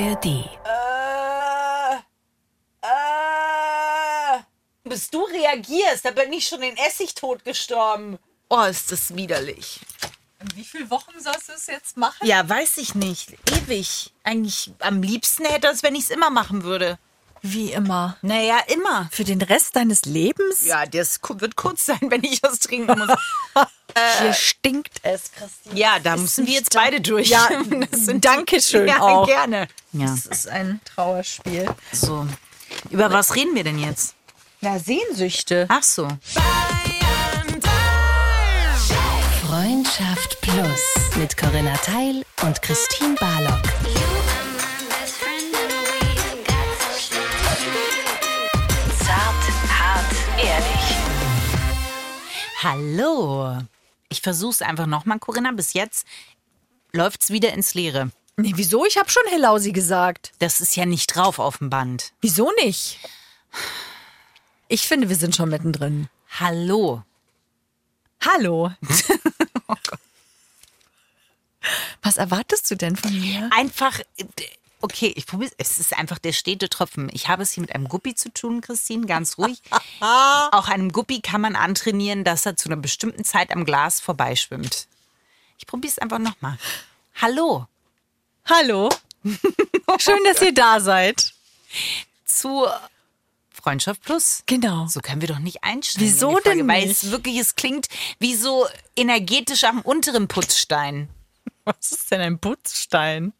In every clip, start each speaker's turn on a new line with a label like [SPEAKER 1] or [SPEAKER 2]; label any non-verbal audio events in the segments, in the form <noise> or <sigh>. [SPEAKER 1] ARD.
[SPEAKER 2] Äh, Bis du reagierst, da bin ich schon in Essigtod gestorben.
[SPEAKER 1] Oh, ist das widerlich.
[SPEAKER 3] In Ähm, wie viele Wochen sollst du es jetzt machen?
[SPEAKER 1] Ja, weiß ich nicht. Ewig. Eigentlich am liebsten hätte es, wenn ich es immer machen würde.
[SPEAKER 3] Wie immer.
[SPEAKER 1] Naja, immer.
[SPEAKER 3] Für den Rest deines Lebens?
[SPEAKER 1] Ja, das ku- wird kurz sein, wenn ich das
[SPEAKER 2] <laughs>
[SPEAKER 1] trinken muss.
[SPEAKER 3] Hier stinkt es, Christine.
[SPEAKER 1] ja, da müssen wir jetzt beide durch.
[SPEAKER 3] Ja,
[SPEAKER 1] <laughs> das sind
[SPEAKER 3] Dankeschön
[SPEAKER 1] <laughs> ja,
[SPEAKER 2] Oh.
[SPEAKER 3] auch.
[SPEAKER 1] gerne. Ja.
[SPEAKER 3] Das ist ein Trauerspiel.
[SPEAKER 1] So. Über was reden wir denn jetzt?
[SPEAKER 3] Na, Sehnsüchte.
[SPEAKER 1] Ach so.
[SPEAKER 4] Freundschaft Plus mit Corinna Teil und Christine Barlock. Zart, hart, ehrlich.
[SPEAKER 1] Hallo. Ich versuch's einfach nochmal, Corinna. Bis jetzt läuft's wieder ins Leere.
[SPEAKER 3] Nee, wieso? Ich habe schon Hellausi gesagt.
[SPEAKER 1] Das ist ja nicht drauf auf dem Band.
[SPEAKER 3] Wieso nicht? Ich finde, wir sind schon mittendrin.
[SPEAKER 1] Hallo.
[SPEAKER 3] Hallo. <laughs> Was erwartest du denn von mir?
[SPEAKER 1] Einfach. Okay, ich probiere es. ist einfach der stete Tropfen. Ich habe es hier mit einem Guppi zu tun, Christine, ganz ruhig. Auch einem Guppi kann man antrainieren, dass er zu einer bestimmten Zeit am Glas vorbeischwimmt. Ich probiere es einfach nochmal. Hallo.
[SPEAKER 3] Hallo. <laughs> Schön, dass ihr da seid.
[SPEAKER 1] Zu Freundschaft Plus.
[SPEAKER 3] Genau.
[SPEAKER 1] So können wir doch nicht einsteigen. in die
[SPEAKER 3] Wieso
[SPEAKER 1] Folge,
[SPEAKER 3] denn
[SPEAKER 1] Weil
[SPEAKER 3] nicht?
[SPEAKER 1] es wirklich, es klingt wie so energetisch am unteren Putzstein. <laughs>
[SPEAKER 3] Was ist denn ein Putzstein?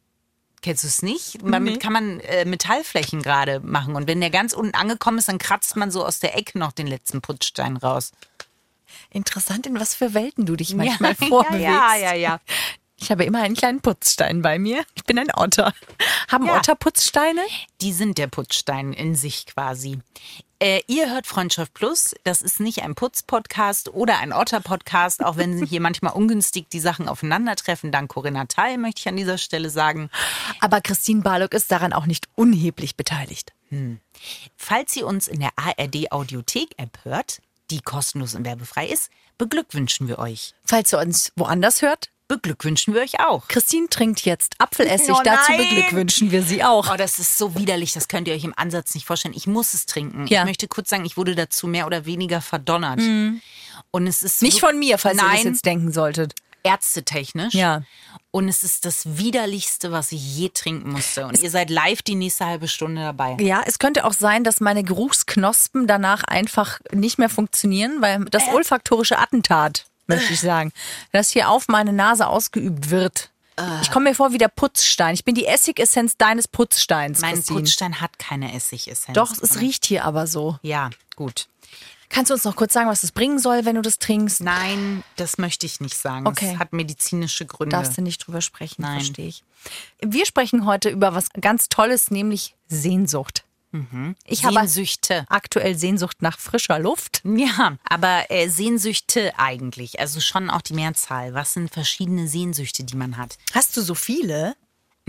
[SPEAKER 1] Kennst du es nicht? Damit
[SPEAKER 3] Mhm.
[SPEAKER 1] kann man äh, Metallflächen gerade machen. Und wenn der ganz unten angekommen ist, dann kratzt man so aus der Ecke noch den letzten Putzstein raus.
[SPEAKER 3] Interessant, in was für Welten du dich manchmal vorbewegst.
[SPEAKER 1] <laughs> ja, ja, ja.
[SPEAKER 3] Ich habe immer einen kleinen Putzstein bei mir. Ich bin ein Otter. Haben
[SPEAKER 1] Ja.
[SPEAKER 3] Otter Putzsteine?
[SPEAKER 1] Die sind der Putzstein in sich quasi. Äh, ihr hört Freundschaft Plus. Das ist nicht ein Putz-Podcast oder ein Otter-Podcast, auch wenn
[SPEAKER 3] <laughs>
[SPEAKER 1] hier manchmal ungünstig die Sachen aufeinandertreffen. Dank Corinna Teil möchte ich an dieser Stelle sagen.
[SPEAKER 3] Aber Christine Barlock ist daran auch nicht unheblich beteiligt.
[SPEAKER 1] Falls ihr uns in der ARD Audiothek App hört, die kostenlos und werbefrei ist, beglückwünschen wir euch.
[SPEAKER 3] Falls ihr uns woanders hört,
[SPEAKER 1] Beglückwünschen wir euch auch.
[SPEAKER 3] Christine trinkt jetzt Apfelessig.
[SPEAKER 1] Oh
[SPEAKER 3] Dazu
[SPEAKER 1] nein!
[SPEAKER 3] beglückwünschen wir sie auch.
[SPEAKER 1] Oh, das ist so widerlich, das könnt ihr euch im Ansatz nicht vorstellen. Ich muss es trinken.
[SPEAKER 3] Ja. Mhm.
[SPEAKER 1] Ich möchte kurz sagen, ich wurde dazu mehr oder weniger verdonnert. Und es ist
[SPEAKER 3] Nicht von mir, falls ihr
[SPEAKER 1] Nein,
[SPEAKER 3] das jetzt denken solltet.
[SPEAKER 1] ärztetechnisch.
[SPEAKER 3] Ja.
[SPEAKER 1] Und es ist das widerlichste, was ich je trinken musste. Und ihr seid live die nächste halbe Stunde dabei.
[SPEAKER 3] Ja, es könnte auch sein, dass meine Geruchsknospen danach einfach nicht mehr funktionieren, weil das olfaktorische Attentat, möchte ich sagen, das hier auf meine Nase ausgeübt wird. Ich komme mir vor wie der Putzstein. Ich bin die Essigessenz deines Putzsteins,
[SPEAKER 1] Mein
[SPEAKER 3] Christine.
[SPEAKER 1] Putzstein hat keine Essigessenz.
[SPEAKER 3] Doch, es riecht hier aber so.
[SPEAKER 1] Ja, gut.
[SPEAKER 3] Kannst du uns noch kurz sagen, was das bringen soll, wenn du das trinkst?
[SPEAKER 1] Nein, das möchte ich nicht sagen.
[SPEAKER 3] Okay.
[SPEAKER 1] Es hat medizinische Gründe.
[SPEAKER 3] Darfst du nicht drüber sprechen,
[SPEAKER 1] Nein.
[SPEAKER 3] verstehe ich. Wir sprechen heute über was ganz Tolles, nämlich Sehnsucht. Ich habe
[SPEAKER 1] Sehnsüchte.
[SPEAKER 3] aktuell Sehnsucht nach frischer Luft.
[SPEAKER 1] Ja, aber äh, Sehnsüchte eigentlich, also schon auch die Mehrzahl. Was sind verschiedene Sehnsüchte, die man hat?
[SPEAKER 3] Hast du so viele?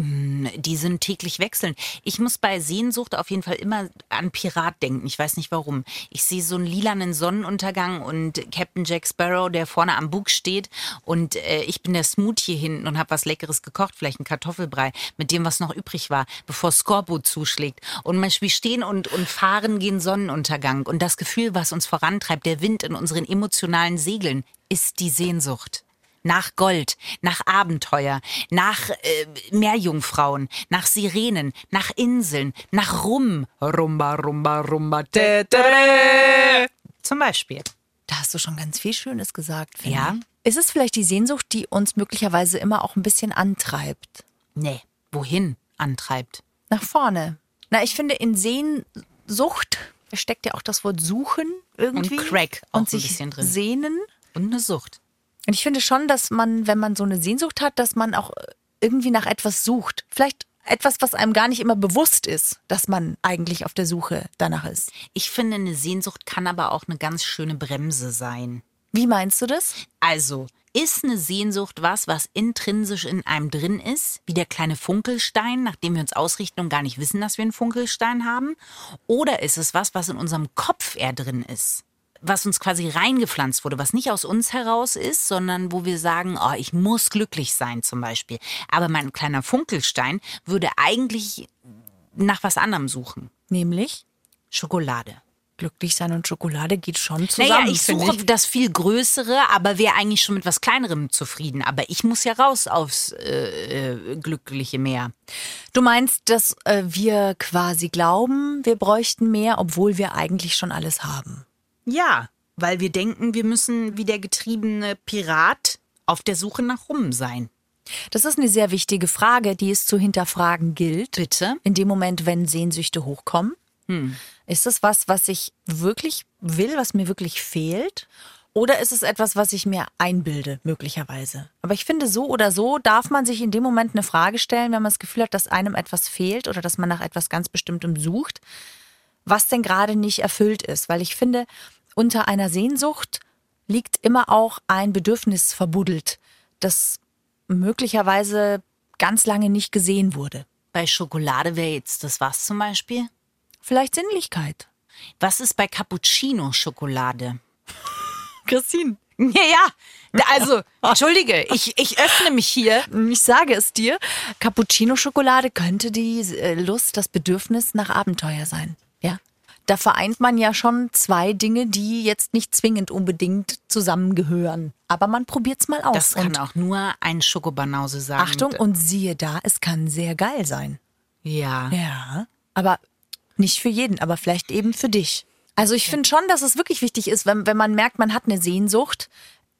[SPEAKER 1] Die sind täglich wechselnd. Ich muss bei Sehnsucht auf jeden Fall immer an Pirat denken. Ich weiß nicht warum. Ich sehe so einen lilanen Sonnenuntergang und Captain Jack Sparrow, der vorne am Bug steht und äh, ich bin der Smoot hier hinten und habe was Leckeres gekocht, vielleicht einen Kartoffelbrei mit dem, was noch übrig war, bevor Scorbo zuschlägt. Und manchmal wir stehen und, und fahren gegen Sonnenuntergang und das Gefühl, was uns vorantreibt, der Wind in unseren emotionalen Segeln, ist die Sehnsucht nach Gold, nach Abenteuer, nach äh, Meerjungfrauen, nach Sirenen, nach Inseln, nach Rum. Rumba, rumba, rumba. tä, tä, tä. Zum Beispiel.
[SPEAKER 3] Da hast du schon ganz viel Schönes gesagt. Finde
[SPEAKER 1] Ja.
[SPEAKER 3] Ich. Ist es vielleicht die Sehnsucht, die uns möglicherweise immer auch ein bisschen antreibt?
[SPEAKER 1] Nee, wohin antreibt.
[SPEAKER 3] Nach vorne. Na, ich finde, in Sehnsucht steckt ja auch das Wort suchen irgendwie.
[SPEAKER 1] Crack auch ein
[SPEAKER 3] Und sich
[SPEAKER 1] bisschen drin.
[SPEAKER 3] sehnen.
[SPEAKER 1] Und eine Sucht.
[SPEAKER 3] Und ich finde schon, dass man, wenn man so eine Sehnsucht hat, dass man auch äh, irgendwie nach etwas sucht. Vielleicht etwas, was einem gar nicht immer bewusst ist, dass man eigentlich auf der Suche danach ist.
[SPEAKER 1] Ich finde, eine Sehnsucht kann aber auch eine ganz schöne Bremse sein.
[SPEAKER 3] Wie meinst du das?
[SPEAKER 1] Also, ist eine Sehnsucht was, was intrinsisch in einem drin ist, wie der kleine Funkelstein, nach dem wir uns ausrichten und gar nicht wissen, dass wir einen Funkelstein haben? Oder ist es was, was in unserem Kopf eher drin ist? was uns quasi reingepflanzt wurde, was nicht aus uns heraus ist, sondern wo wir sagen, oh, ich muss glücklich sein zum Beispiel. Aber mein kleiner Funkelstein würde eigentlich nach was anderem suchen.
[SPEAKER 3] Nämlich
[SPEAKER 1] Schokolade.
[SPEAKER 3] glücklich sein und Schokolade geht schon zusammen.
[SPEAKER 1] Naja, ich
[SPEAKER 3] finde
[SPEAKER 1] suche das viel Größere, aber wäre eigentlich schon mit was Kleinerem zufrieden. Aber ich muss ja raus aufs äh, äh, glückliche Meer.
[SPEAKER 3] Du meinst, dass äh, wir quasi glauben, wir bräuchten mehr, obwohl wir eigentlich schon alles haben.
[SPEAKER 1] Ja, weil wir denken, wir müssen wie der getriebene Pirat auf der Suche nach Rum sein.
[SPEAKER 3] Das ist eine sehr wichtige Frage, die es zu hinterfragen gilt.
[SPEAKER 1] Bitte?
[SPEAKER 3] In dem Moment, wenn Sehnsüchte hochkommen, ist es was, was ich wirklich will, was mir wirklich fehlt? Oder ist es etwas, was ich mir einbilde, möglicherweise? Aber ich finde, so oder so darf man sich in dem Moment eine Frage stellen, wenn man das Gefühl hat, dass einem etwas fehlt oder dass man nach etwas ganz Bestimmtem sucht, was denn gerade nicht erfüllt ist. Weil ich finde, unter einer Sehnsucht liegt immer auch ein Bedürfnis verbuddelt, das möglicherweise ganz lange nicht gesehen wurde.
[SPEAKER 1] Bei Schokolade wäre jetzt das was zum Beispiel?
[SPEAKER 3] Vielleicht Sinnlichkeit.
[SPEAKER 1] Was ist bei Cappuccino <laughs> Schokolade?
[SPEAKER 3] Christine,
[SPEAKER 1] Ja, ja. <laughs> Also, entschuldige, ich, ich öffne mich hier.
[SPEAKER 3] ich sage es dir, Cappuccino-Schokolade könnte die äh, Lust, das Bedürfnis nach Abenteuer sein. Ja. Da vereint man ja schon zwei Dinge, die jetzt nicht zwingend unbedingt zusammengehören. Aber man probiert's mal aus.
[SPEAKER 1] Das kann
[SPEAKER 3] und
[SPEAKER 1] auch nur ein Schokobanause sagen.
[SPEAKER 3] Achtung, und siehe da, es kann sehr geil sein.
[SPEAKER 1] Ja.
[SPEAKER 3] Ja. Aber nicht für jeden, aber vielleicht eben für dich. Also ich finde schon, dass es wirklich wichtig ist, wenn, wenn man merkt, man hat eine Sehnsucht,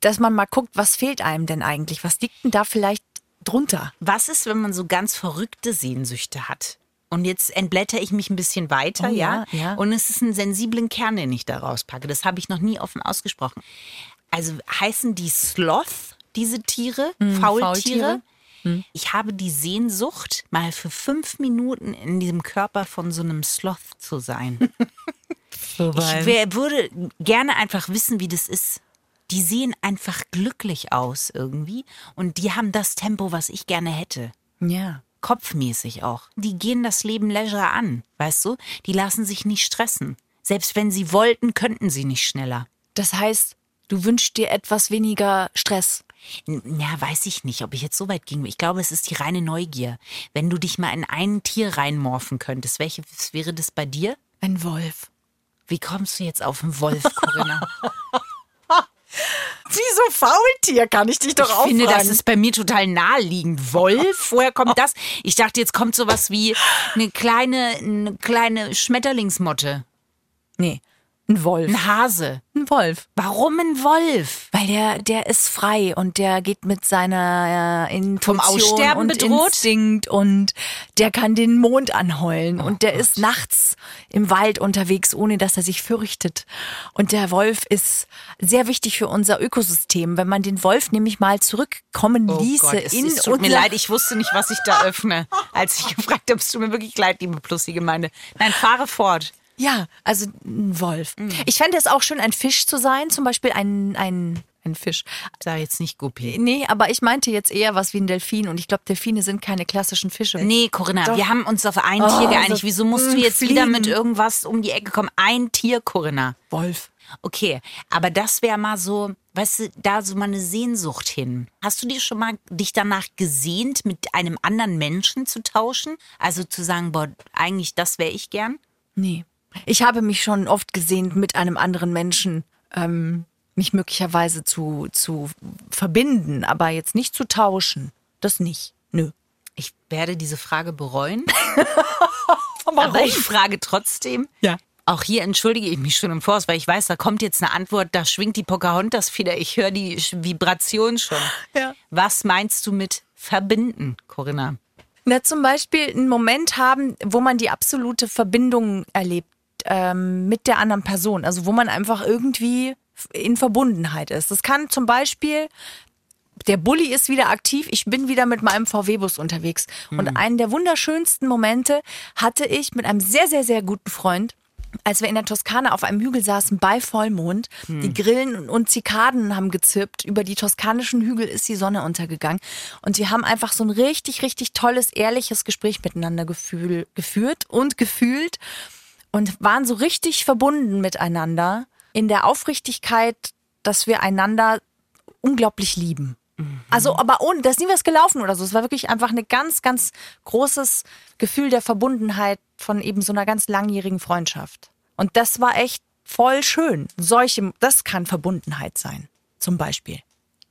[SPEAKER 3] dass man mal guckt, was fehlt einem denn eigentlich? Was liegt denn da vielleicht drunter?
[SPEAKER 1] Was ist, wenn man so ganz verrückte Sehnsüchte hat? Und jetzt entblätter ich mich ein bisschen weiter,
[SPEAKER 3] Oh
[SPEAKER 1] ja,
[SPEAKER 3] ja, ja.
[SPEAKER 1] Und es ist einen sensiblen Kern, den ich da rauspacke. Das habe ich noch nie offen ausgesprochen. Also heißen die Sloth diese Tiere, Faultiere?
[SPEAKER 3] Hm, Faultiere. Hm.
[SPEAKER 1] Ich habe die Sehnsucht, mal für fünf Minuten in diesem Körper von so einem Sloth
[SPEAKER 3] <laughs>
[SPEAKER 1] zu sein. Ich wär, würde gerne einfach wissen, wie das ist. Die sehen einfach glücklich aus irgendwie und die haben das Tempo, was ich gerne hätte.
[SPEAKER 3] Ja.
[SPEAKER 1] Kopfmäßig auch. Die gehen das Leben leisure an, weißt du? Die lassen sich nicht stressen. Selbst wenn sie wollten, könnten sie nicht schneller.
[SPEAKER 3] Das heißt, du wünschst dir etwas weniger Stress.
[SPEAKER 1] N- Ja, weiß ich nicht, ob ich jetzt so weit ging. Ich glaube, es ist die reine Neugier. Wenn du dich mal in ein Tier reinmorphen könntest, welches wäre das bei dir?
[SPEAKER 3] Ein Wolf.
[SPEAKER 1] Wie kommst du jetzt auf einen Wolf, Corinna?
[SPEAKER 3] Wieso Faultier kann ich dich doch
[SPEAKER 1] Ich finde, das ist bei mir total naheliegend. Wolf, woher kommt das? Ich dachte, jetzt kommt sowas wie eine kleine, eine kleine Schmetterlingsmotte,
[SPEAKER 3] nee, ein Wolf.
[SPEAKER 1] ein Hase.
[SPEAKER 3] Ein Wolf.
[SPEAKER 1] Warum ein Wolf?
[SPEAKER 3] Weil der, der ist frei und der geht mit seiner äh, Intuition
[SPEAKER 1] Aussterben
[SPEAKER 3] und
[SPEAKER 1] bedroht?
[SPEAKER 3] Instinkt und der kann den Mond
[SPEAKER 1] Oh
[SPEAKER 3] anheulen und der ist nachts im Wald unterwegs, ohne dass er sich fürchtet. Und der Wolf ist sehr wichtig für unser Ökosystem. Wenn man den Wolf nämlich mal zurückkommen ließe
[SPEAKER 1] Oh es,
[SPEAKER 3] in
[SPEAKER 1] es tut mir
[SPEAKER 3] unser-
[SPEAKER 1] leid, ich wusste nicht, was ich da öffne. Als ich <laughs> gefragt habe, es tut mir wirklich leid, liebe Plussi-Gemeinde. Nein, fahre fort.
[SPEAKER 3] Ja, also ein Wolf.
[SPEAKER 1] Mhm.
[SPEAKER 3] Ich fände es auch schön, ein Fisch zu sein, zum Beispiel ein, ein, ein Fisch.
[SPEAKER 1] Sag jetzt nicht Guppi.
[SPEAKER 3] Nee, aber ich meinte jetzt eher was wie ein Delfin und ich glaube, Delfine sind keine klassischen Fische.
[SPEAKER 1] Nee, Corinna, wir haben uns auf ein Tier geeinigt. Wieso musst du jetzt wieder mit irgendwas um die Ecke kommen? Ein Tier, Corinna.
[SPEAKER 3] Wolf.
[SPEAKER 1] Okay, aber das wäre mal so, weißt du, da so mal eine Sehnsucht hin. Hast du dir schon mal dich danach gesehnt, mit einem anderen Menschen zu tauschen? Also zu sagen, boah, eigentlich das wäre ich gern?
[SPEAKER 3] Nee. Ich habe mich schon oft gesehnt, mit einem anderen Menschen ähm, mich möglicherweise zu, zu verbinden, aber jetzt nicht zu tauschen. Das nicht. Nö.
[SPEAKER 1] Ich werde diese Frage bereuen. aber ich frage trotzdem.
[SPEAKER 3] Ja.
[SPEAKER 1] Auch hier entschuldige ich mich schon im Voraus, weil ich weiß, da kommt jetzt eine Antwort, da schwingt die Pocahontas-Feder. Ich höre die Sch- Vibration schon.
[SPEAKER 3] Ja.
[SPEAKER 1] Was meinst du mit verbinden, Corinna?
[SPEAKER 3] Na, zum Beispiel einen Moment haben, wo man die absolute Verbindung erlebt ähm, mit der anderen Person. Also wo man einfach irgendwie in Verbundenheit ist. Das kann zum Beispiel, der Bulli ist wieder aktiv, ich bin wieder mit meinem VW-Bus unterwegs. Und einen der wunderschönsten Momente hatte ich mit einem sehr, sehr, sehr guten Freund. Als wir in der Toskana auf einem Hügel saßen bei Vollmond, die Grillen und Zikaden haben gezirpt. Über die toskanischen Hügel ist die Sonne untergegangen. Und wir haben einfach so ein richtig, richtig tolles, ehrliches Gespräch miteinander gefühl, geführt und gefühlt und waren so richtig verbunden miteinander in der Aufrichtigkeit, dass wir einander unglaublich lieben. Also, aber ohne, da ist nie was gelaufen oder so. Es war wirklich einfach ein ganz, ganz großes Gefühl der Verbundenheit von eben so einer ganz langjährigen Freundschaft. Und das war echt voll schön. Solche, das kann Verbundenheit sein, zum Beispiel.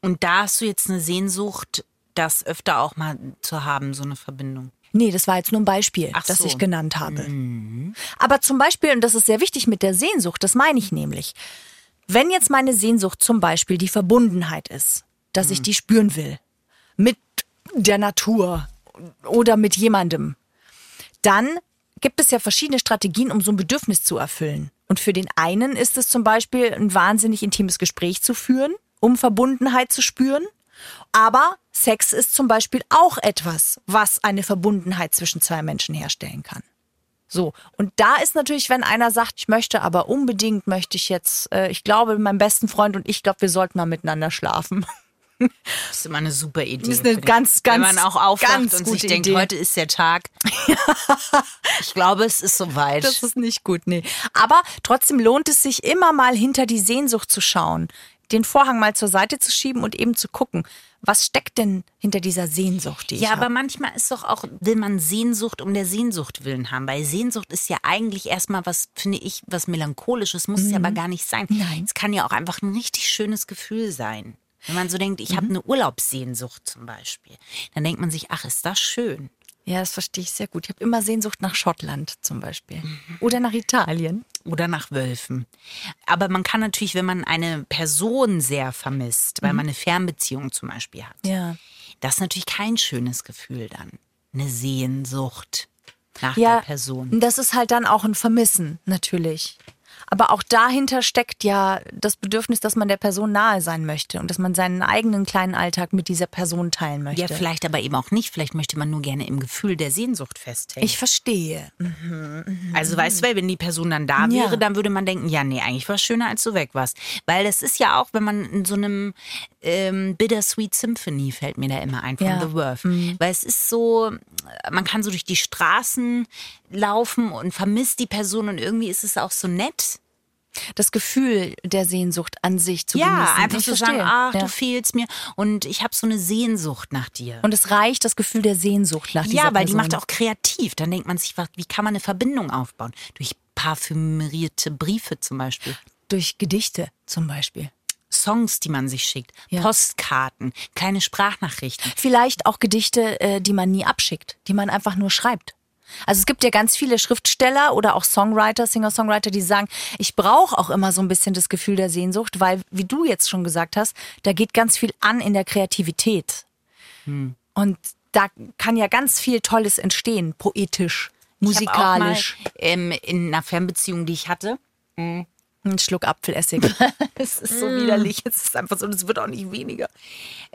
[SPEAKER 1] Und da hast du jetzt eine Sehnsucht, das öfter auch mal zu haben, so eine Verbindung.
[SPEAKER 3] Nee, das war jetzt nur ein Beispiel,
[SPEAKER 1] Ach
[SPEAKER 3] das
[SPEAKER 1] so. Mhm.
[SPEAKER 3] ich genannt habe. Aber zum Beispiel, und das ist sehr wichtig mit der Sehnsucht, das meine ich nämlich. Wenn jetzt meine Sehnsucht zum Beispiel die Verbundenheit ist, dass
[SPEAKER 1] Mhm.
[SPEAKER 3] ich die spüren will, mit der Natur oder mit jemandem, dann gibt es ja verschiedene Strategien, um so ein Bedürfnis zu erfüllen. Und für den einen ist es zum Beispiel ein wahnsinnig intimes Gespräch zu führen, um Verbundenheit zu spüren. Aber Sex ist zum Beispiel auch etwas, was eine Verbundenheit zwischen zwei Menschen herstellen kann. So, und da ist natürlich, wenn einer sagt, ich möchte aber unbedingt, möchte ich jetzt, äh, ich glaube, mein besten Freund und ich glaube, wir sollten mal miteinander schlafen.
[SPEAKER 1] Das ist immer eine super Idee.
[SPEAKER 3] Ist eine
[SPEAKER 1] für den-
[SPEAKER 3] ganz,
[SPEAKER 1] Wenn
[SPEAKER 3] ganz,
[SPEAKER 1] man auch aufwacht
[SPEAKER 3] ganz
[SPEAKER 1] und
[SPEAKER 3] gute
[SPEAKER 1] sich denkt,
[SPEAKER 3] Idee.
[SPEAKER 1] heute ist
[SPEAKER 3] <laughs>
[SPEAKER 1] der Tag. ich glaube, es ist soweit.
[SPEAKER 3] Das ist nicht gut, nee. Aber trotzdem lohnt es sich immer mal hinter die Sehnsucht zu schauen, den Vorhang mal zur Seite zu schieben und eben zu gucken, was steckt denn hinter dieser Sehnsucht, die ich
[SPEAKER 1] ja, aber
[SPEAKER 3] habe.
[SPEAKER 1] manchmal ist doch auch, will man Sehnsucht um der Sehnsucht willen haben. Weil Sehnsucht ist ja eigentlich erstmal was, finde ich, was melancholisches, muss es ja aber gar nicht sein. Mhm. Nein. Es kann ja auch einfach ein richtig schönes Gefühl sein. Wenn man so denkt, ich habe eine Urlaubssehnsucht zum Beispiel, dann denkt man sich, ach, ist das schön.
[SPEAKER 3] Ja, das verstehe ich sehr gut. Ich habe immer Sehnsucht nach Schottland zum Beispiel oder nach Italien.
[SPEAKER 1] oder nach Wölfen. Aber man kann natürlich, wenn man eine Person sehr vermisst, weil man eine Fernbeziehung zum Beispiel hat,
[SPEAKER 3] Ja.
[SPEAKER 1] das ist natürlich kein schönes Gefühl dann. Eine Sehnsucht nach der Person.
[SPEAKER 3] Das ist halt dann auch ein Vermissen, natürlich. Aber auch dahinter steckt ja das Bedürfnis, dass man der Person nahe sein möchte und dass man seinen eigenen kleinen Alltag mit dieser Person teilen möchte.
[SPEAKER 1] Ja, vielleicht aber eben auch nicht. Vielleicht möchte man nur gerne im Gefühl der Sehnsucht festhängen.
[SPEAKER 3] ich verstehe.
[SPEAKER 1] also weißt du, weil wenn die Person dann da
[SPEAKER 3] Ja.
[SPEAKER 1] wäre, dann würde man denken, ja, nee, eigentlich war es schöner, als du weg warst. Weil das ist ja auch, wenn man in so einem ähm, Bittersweet Symphony fällt mir da immer ein von
[SPEAKER 3] Ja. Mhm.
[SPEAKER 1] The Worth. Weil es ist so, man kann so durch die Straßen laufen und vermisst die Person und irgendwie ist es auch so nett.
[SPEAKER 3] Das Gefühl der Sehnsucht an sich zu genießen.
[SPEAKER 1] Ja, einfach
[SPEAKER 3] Ich
[SPEAKER 1] zu
[SPEAKER 3] verstehe.
[SPEAKER 1] sagen, ach,
[SPEAKER 3] Ja.
[SPEAKER 1] du fehlst mir und ich habe so eine Sehnsucht nach dir.
[SPEAKER 3] Und es reicht das Gefühl der Sehnsucht nach dieser
[SPEAKER 1] Ja, weil die
[SPEAKER 3] Person.
[SPEAKER 1] macht auch kreativ. Dann denkt man sich, was- wie kann man eine Verbindung aufbauen? Durch parfümierte Briefe zum Beispiel.
[SPEAKER 3] durch Gedichte zum Beispiel.
[SPEAKER 1] Songs, die man sich schickt,
[SPEAKER 3] Ja.
[SPEAKER 1] Postkarten, kleine Sprachnachrichten.
[SPEAKER 3] Vielleicht auch Gedichte, äh, die man nie abschickt, die man einfach nur schreibt. Also es gibt ja ganz viele Schriftsteller oder auch Songwriter, Singer-Songwriter, die sagen, ich brauche auch immer so ein bisschen das Gefühl der Sehnsucht, weil, wie du jetzt schon gesagt hast, da geht ganz viel an in der Kreativität.
[SPEAKER 1] Hm.
[SPEAKER 3] Und da kann ja ganz viel Tolles entstehen, poetisch,
[SPEAKER 1] Ich hab auch
[SPEAKER 3] musikalisch.
[SPEAKER 1] Mal, ähm, in einer Fernbeziehung, die ich hatte.
[SPEAKER 3] Ein Schluck Apfelessig.
[SPEAKER 1] Es ist so
[SPEAKER 3] Mm.
[SPEAKER 1] widerlich. Es ist einfach so, und es wird auch nicht weniger.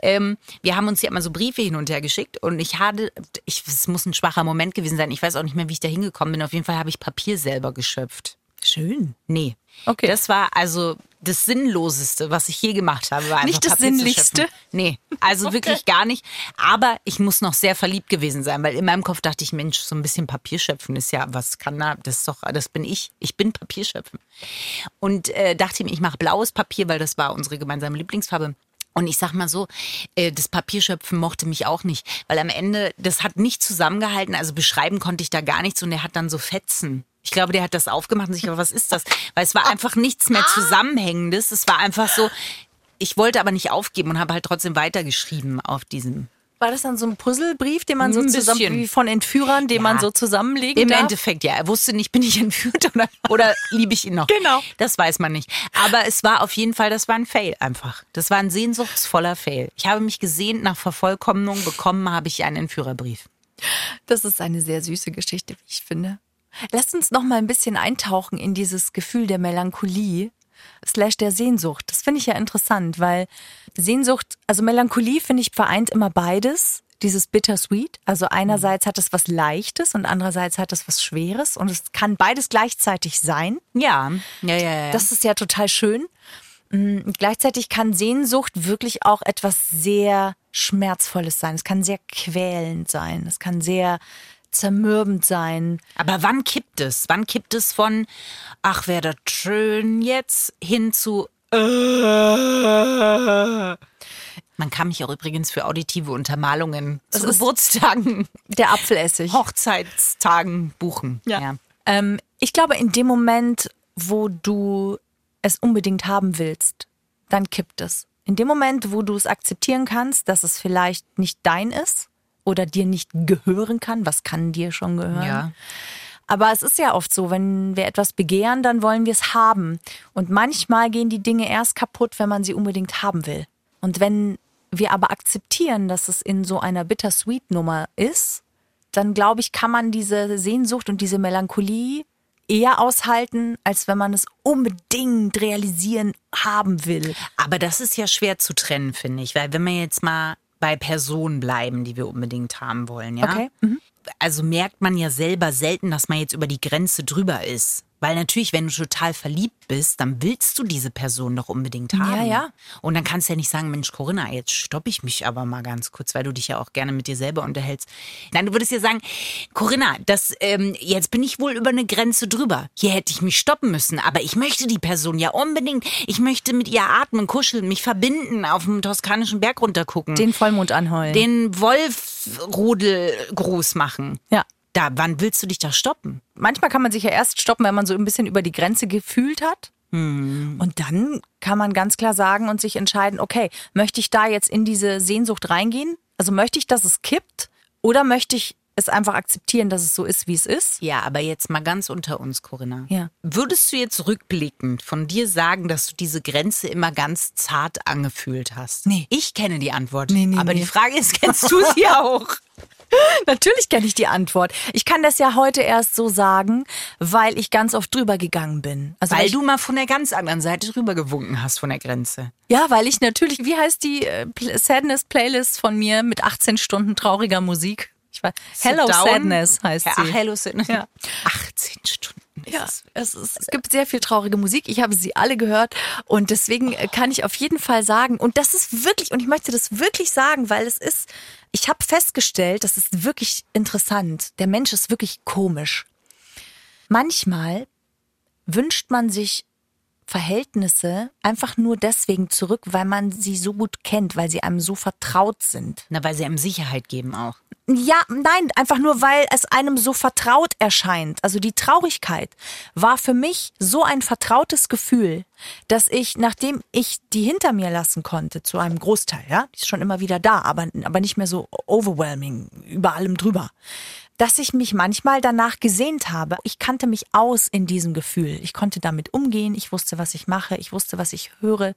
[SPEAKER 1] Ähm, wir haben uns ja immer so Briefe hin und her geschickt und ich hatte, ich, es muss ein schwacher Moment gewesen sein. Ich weiß auch nicht mehr, wie ich da hingekommen bin. Auf jeden Fall habe ich Papier selber geschöpft.
[SPEAKER 3] Schön.
[SPEAKER 1] Nee.
[SPEAKER 3] Okay.
[SPEAKER 1] Das war also das Sinnloseste, was ich je gemacht habe. War
[SPEAKER 3] Nicht
[SPEAKER 1] einfach
[SPEAKER 3] das
[SPEAKER 1] Papier zu
[SPEAKER 3] Sinnlichste?
[SPEAKER 1] schöpfen. Nee, also wirklich gar nicht. Aber ich muss noch sehr verliebt gewesen sein, weil in meinem Kopf dachte ich, Mensch, so ein bisschen Papier schöpfen ist ja, was kann da, das ist doch, das bin ich. Ich bin Papierschöpfen. Und äh, dachte mir, ich mache blaues Papier, weil das war unsere gemeinsame Lieblingsfarbe. Und ich sag mal so, äh, das Papierschöpfen mochte mich auch nicht, weil am Ende, das hat nicht zusammengehalten, also beschreiben konnte ich da gar nichts und er hat dann so Fetzen. Ich glaube, der hat das aufgemacht und sich, aber was ist das? Weil es war einfach nichts mehr Zusammenhängendes. Es war einfach so, ich wollte aber nicht aufgeben und habe halt trotzdem weitergeschrieben auf diesem.
[SPEAKER 3] <laughs> War das dann so ein Puzzlebrief, den man so
[SPEAKER 1] Ein
[SPEAKER 3] zusammen,
[SPEAKER 1] bisschen.
[SPEAKER 3] wie von Entführern, den
[SPEAKER 1] Ja.
[SPEAKER 3] man so zusammenlegen
[SPEAKER 1] Im
[SPEAKER 3] darf?
[SPEAKER 1] Endeffekt, ja. Er wusste nicht, bin ich entführt <laughs> oder, oder liebe ich ihn noch.
[SPEAKER 3] Genau.
[SPEAKER 1] Das weiß man nicht. Aber es war auf jeden Fall, das war ein Fail einfach. Das war ein sehnsuchtsvoller Fail. Ich habe mich gesehnt, nach Vervollkommnung bekommen habe ich einen Entführerbrief.
[SPEAKER 3] Das ist eine sehr süße Geschichte, wie ich finde. Lasst uns noch mal ein bisschen eintauchen in dieses Gefühl der Melancholie slash der Sehnsucht. Das finde ich ja interessant, weil Sehnsucht, also Melancholie finde ich vereint immer beides. Dieses Bittersweet, also einerseits hat es was Leichtes und andererseits hat es was Schweres und es kann beides gleichzeitig sein.
[SPEAKER 1] Ja, ja, ja, ja.
[SPEAKER 3] Das ist ja total schön. Mm, Gleichzeitig kann Sehnsucht wirklich auch etwas sehr Schmerzvolles sein. Es kann sehr quälend sein. Es kann sehr zermürbend sein.
[SPEAKER 1] Aber wann kippt es? Wann kippt es von, ach, wäre das schön jetzt, hin zu, äh. man kann mich auch übrigens für auditive Untermalungen zu
[SPEAKER 3] ist-
[SPEAKER 1] Geburtstagen, <laughs>
[SPEAKER 3] Der Apfelessig.
[SPEAKER 1] Hochzeitstagen buchen. Ja.
[SPEAKER 3] Ähm, ich glaube, in dem Moment, wo du es unbedingt haben willst, dann kippt es. In dem Moment, wo du es akzeptieren kannst, dass es vielleicht nicht dein ist oder dir nicht gehören kann, was kann dir schon gehören?
[SPEAKER 1] Ja.
[SPEAKER 3] Aber es ist ja oft so, wenn wir etwas begehren, dann wollen wir es haben. Und manchmal gehen die Dinge erst kaputt, wenn man sie unbedingt haben will. Und wenn wir aber akzeptieren, dass es in so einer Bittersweet-Nummer ist, dann glaube ich, kann man diese Sehnsucht und diese Melancholie eher aushalten, als wenn man es unbedingt realisieren haben will.
[SPEAKER 1] Aber das ist ja schwer zu trennen, finde ich, weil wenn wir jetzt mal bei Personen bleiben, die wir unbedingt haben wollen, ja.
[SPEAKER 3] Okay, mhm.
[SPEAKER 1] Also merkt man ja selber selten, dass man jetzt über die Grenze drüber ist. Weil natürlich, wenn du total verliebt bist, dann willst du diese Person doch unbedingt haben.
[SPEAKER 3] ja.
[SPEAKER 1] Und dann kannst du ja nicht sagen, Mensch, Corinna, jetzt stoppe ich mich aber mal ganz kurz, weil du dich ja auch gerne mit dir selber unterhältst. Nein, du würdest ja sagen, Corinna, das, ähm, jetzt bin ich wohl über eine Grenze drüber. Hier hätte ich mich stoppen müssen, aber ich möchte die Person ja unbedingt. Ich möchte mit ihr atmen, kuscheln, mich verbinden, auf dem toskanischen Berg runtergucken, den,
[SPEAKER 3] Den Vollmond anheulen.
[SPEAKER 1] den Wolfrudel groß machen.
[SPEAKER 3] ja.
[SPEAKER 1] Da, wann willst du dich da stoppen?
[SPEAKER 3] manchmal kann man sich ja erst stoppen, wenn man so ein bisschen über die Grenze gefühlt hat.
[SPEAKER 1] Hm.
[SPEAKER 3] Und dann kann man ganz klar sagen und sich entscheiden, okay, möchte ich da jetzt in diese Sehnsucht reingehen? Also möchte ich, dass es kippt? Oder möchte ich es einfach akzeptieren, dass es so ist, wie es
[SPEAKER 1] <laughs>
[SPEAKER 3] ist?
[SPEAKER 1] Ja, aber jetzt mal ganz unter uns, Corinna.
[SPEAKER 3] Ja.
[SPEAKER 1] Würdest du jetzt rückblickend von dir sagen, dass du diese Grenze immer ganz zart angefühlt hast?
[SPEAKER 3] Nee.
[SPEAKER 1] Ich kenne die Antwort.
[SPEAKER 3] Nee, nee,
[SPEAKER 1] aber
[SPEAKER 3] nee.
[SPEAKER 1] die Frage ist,
[SPEAKER 3] <laughs>
[SPEAKER 1] kennst du sie auch?
[SPEAKER 3] Natürlich kenne ich die Antwort. Ich kann das ja heute erst so sagen, weil ich ganz oft drüber gegangen bin. Also
[SPEAKER 1] Weil
[SPEAKER 3] ich,
[SPEAKER 1] du mal von der ganz anderen Seite rübergewunken hast von der Grenze.
[SPEAKER 3] ja, weil ich natürlich, wie heißt die äh, Pl- Sadness-Playlist von mir mit 18 Stunden trauriger Musik? Ich war, Hello
[SPEAKER 1] Sit down.
[SPEAKER 3] Sadness heißt
[SPEAKER 1] Ach,
[SPEAKER 3] sie.
[SPEAKER 1] Hello Sadness.
[SPEAKER 3] Ja.
[SPEAKER 1] 18 Stunden.
[SPEAKER 3] Ja, es, ist, es gibt sehr viel traurige Musik. Ich habe sie alle gehört und deswegen äh, kann ich auf jeden Fall sagen, und das ist wirklich, und ich möchte das wirklich sagen, weil es ist, ich habe festgestellt, das ist wirklich interessant. Der Mensch ist wirklich komisch. Manchmal wünscht man sich Verhältnisse einfach nur deswegen zurück, weil man sie so gut kennt, weil sie einem so vertraut sind.
[SPEAKER 1] Na, weil sie einem Sicherheit geben auch.
[SPEAKER 3] Ja, nein, einfach nur, weil es einem so vertraut erscheint. Also die Traurigkeit war für mich so ein vertrautes Gefühl, dass ich, nachdem ich die hinter mir lassen konnte, zu einem Großteil, ja, die ist schon immer wieder da, aber, aber nicht mehr so overwhelming, über allem drüber, dass ich mich manchmal danach gesehnt habe. Ich kannte mich aus in diesem Gefühl. Ich konnte damit umgehen, ich wusste, was ich mache, ich wusste, was ich höre.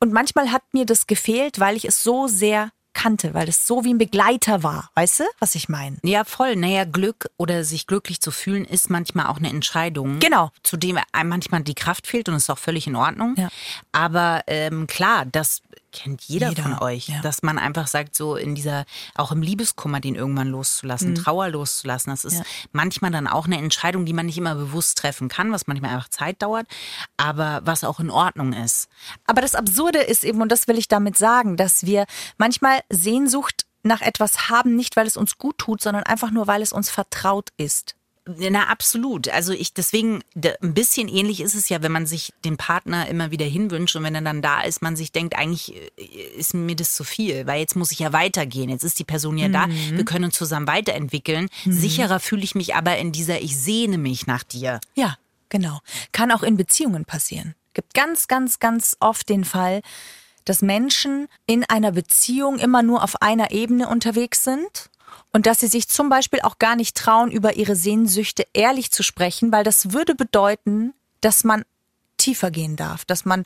[SPEAKER 3] Und manchmal hat mir das gefehlt, weil ich es so sehr kannte, weil es so wie ein Begleiter war. Weißt du, was ich meine?
[SPEAKER 1] Ja, voll. Naja, Glück oder sich glücklich zu fühlen ist manchmal auch eine Entscheidung.
[SPEAKER 3] Genau.
[SPEAKER 1] Zu dem einem manchmal die Kraft fehlt und ist auch völlig in Ordnung.
[SPEAKER 3] Ja.
[SPEAKER 1] Aber ähm, klar, das kennt jeder,
[SPEAKER 3] Jeder,
[SPEAKER 1] von euch,
[SPEAKER 3] ja.
[SPEAKER 1] dass man einfach sagt, so in dieser, auch im Liebeskummer, den irgendwann
[SPEAKER 3] Mhm.
[SPEAKER 1] loszulassen, Trauer loszulassen, das ist manchmal dann auch eine Entscheidung, die man nicht immer bewusst treffen kann, was manchmal einfach Zeit dauert, aber was auch in Ordnung ist.
[SPEAKER 3] Aber das Absurde ist eben, und das will ich damit sagen, dass wir manchmal Sehnsucht nach etwas haben, nicht weil es uns gut tut, sondern einfach nur, weil es uns vertraut ist.
[SPEAKER 1] Na, absolut. Also ich, deswegen, d- ein bisschen ähnlich ist es ja, wenn man sich den Partner immer wieder hinwünscht und wenn er dann da ist, man sich denkt, eigentlich äh, ist mir das zu viel, weil jetzt muss ich ja weitergehen. Jetzt ist die Person ja da, wir können uns zusammen weiterentwickeln. Sicherer fühle ich mich aber in dieser, ich sehne mich nach dir.
[SPEAKER 3] Ja, genau. Kann auch in Beziehungen passieren. Gibt ganz, ganz, ganz oft den Fall, dass Menschen in einer Beziehung immer nur auf einer Ebene unterwegs sind und dass sie sich zum Beispiel auch gar nicht trauen, über ihre Sehnsüchte ehrlich zu sprechen, weil das würde bedeuten, dass man tiefer gehen darf, dass man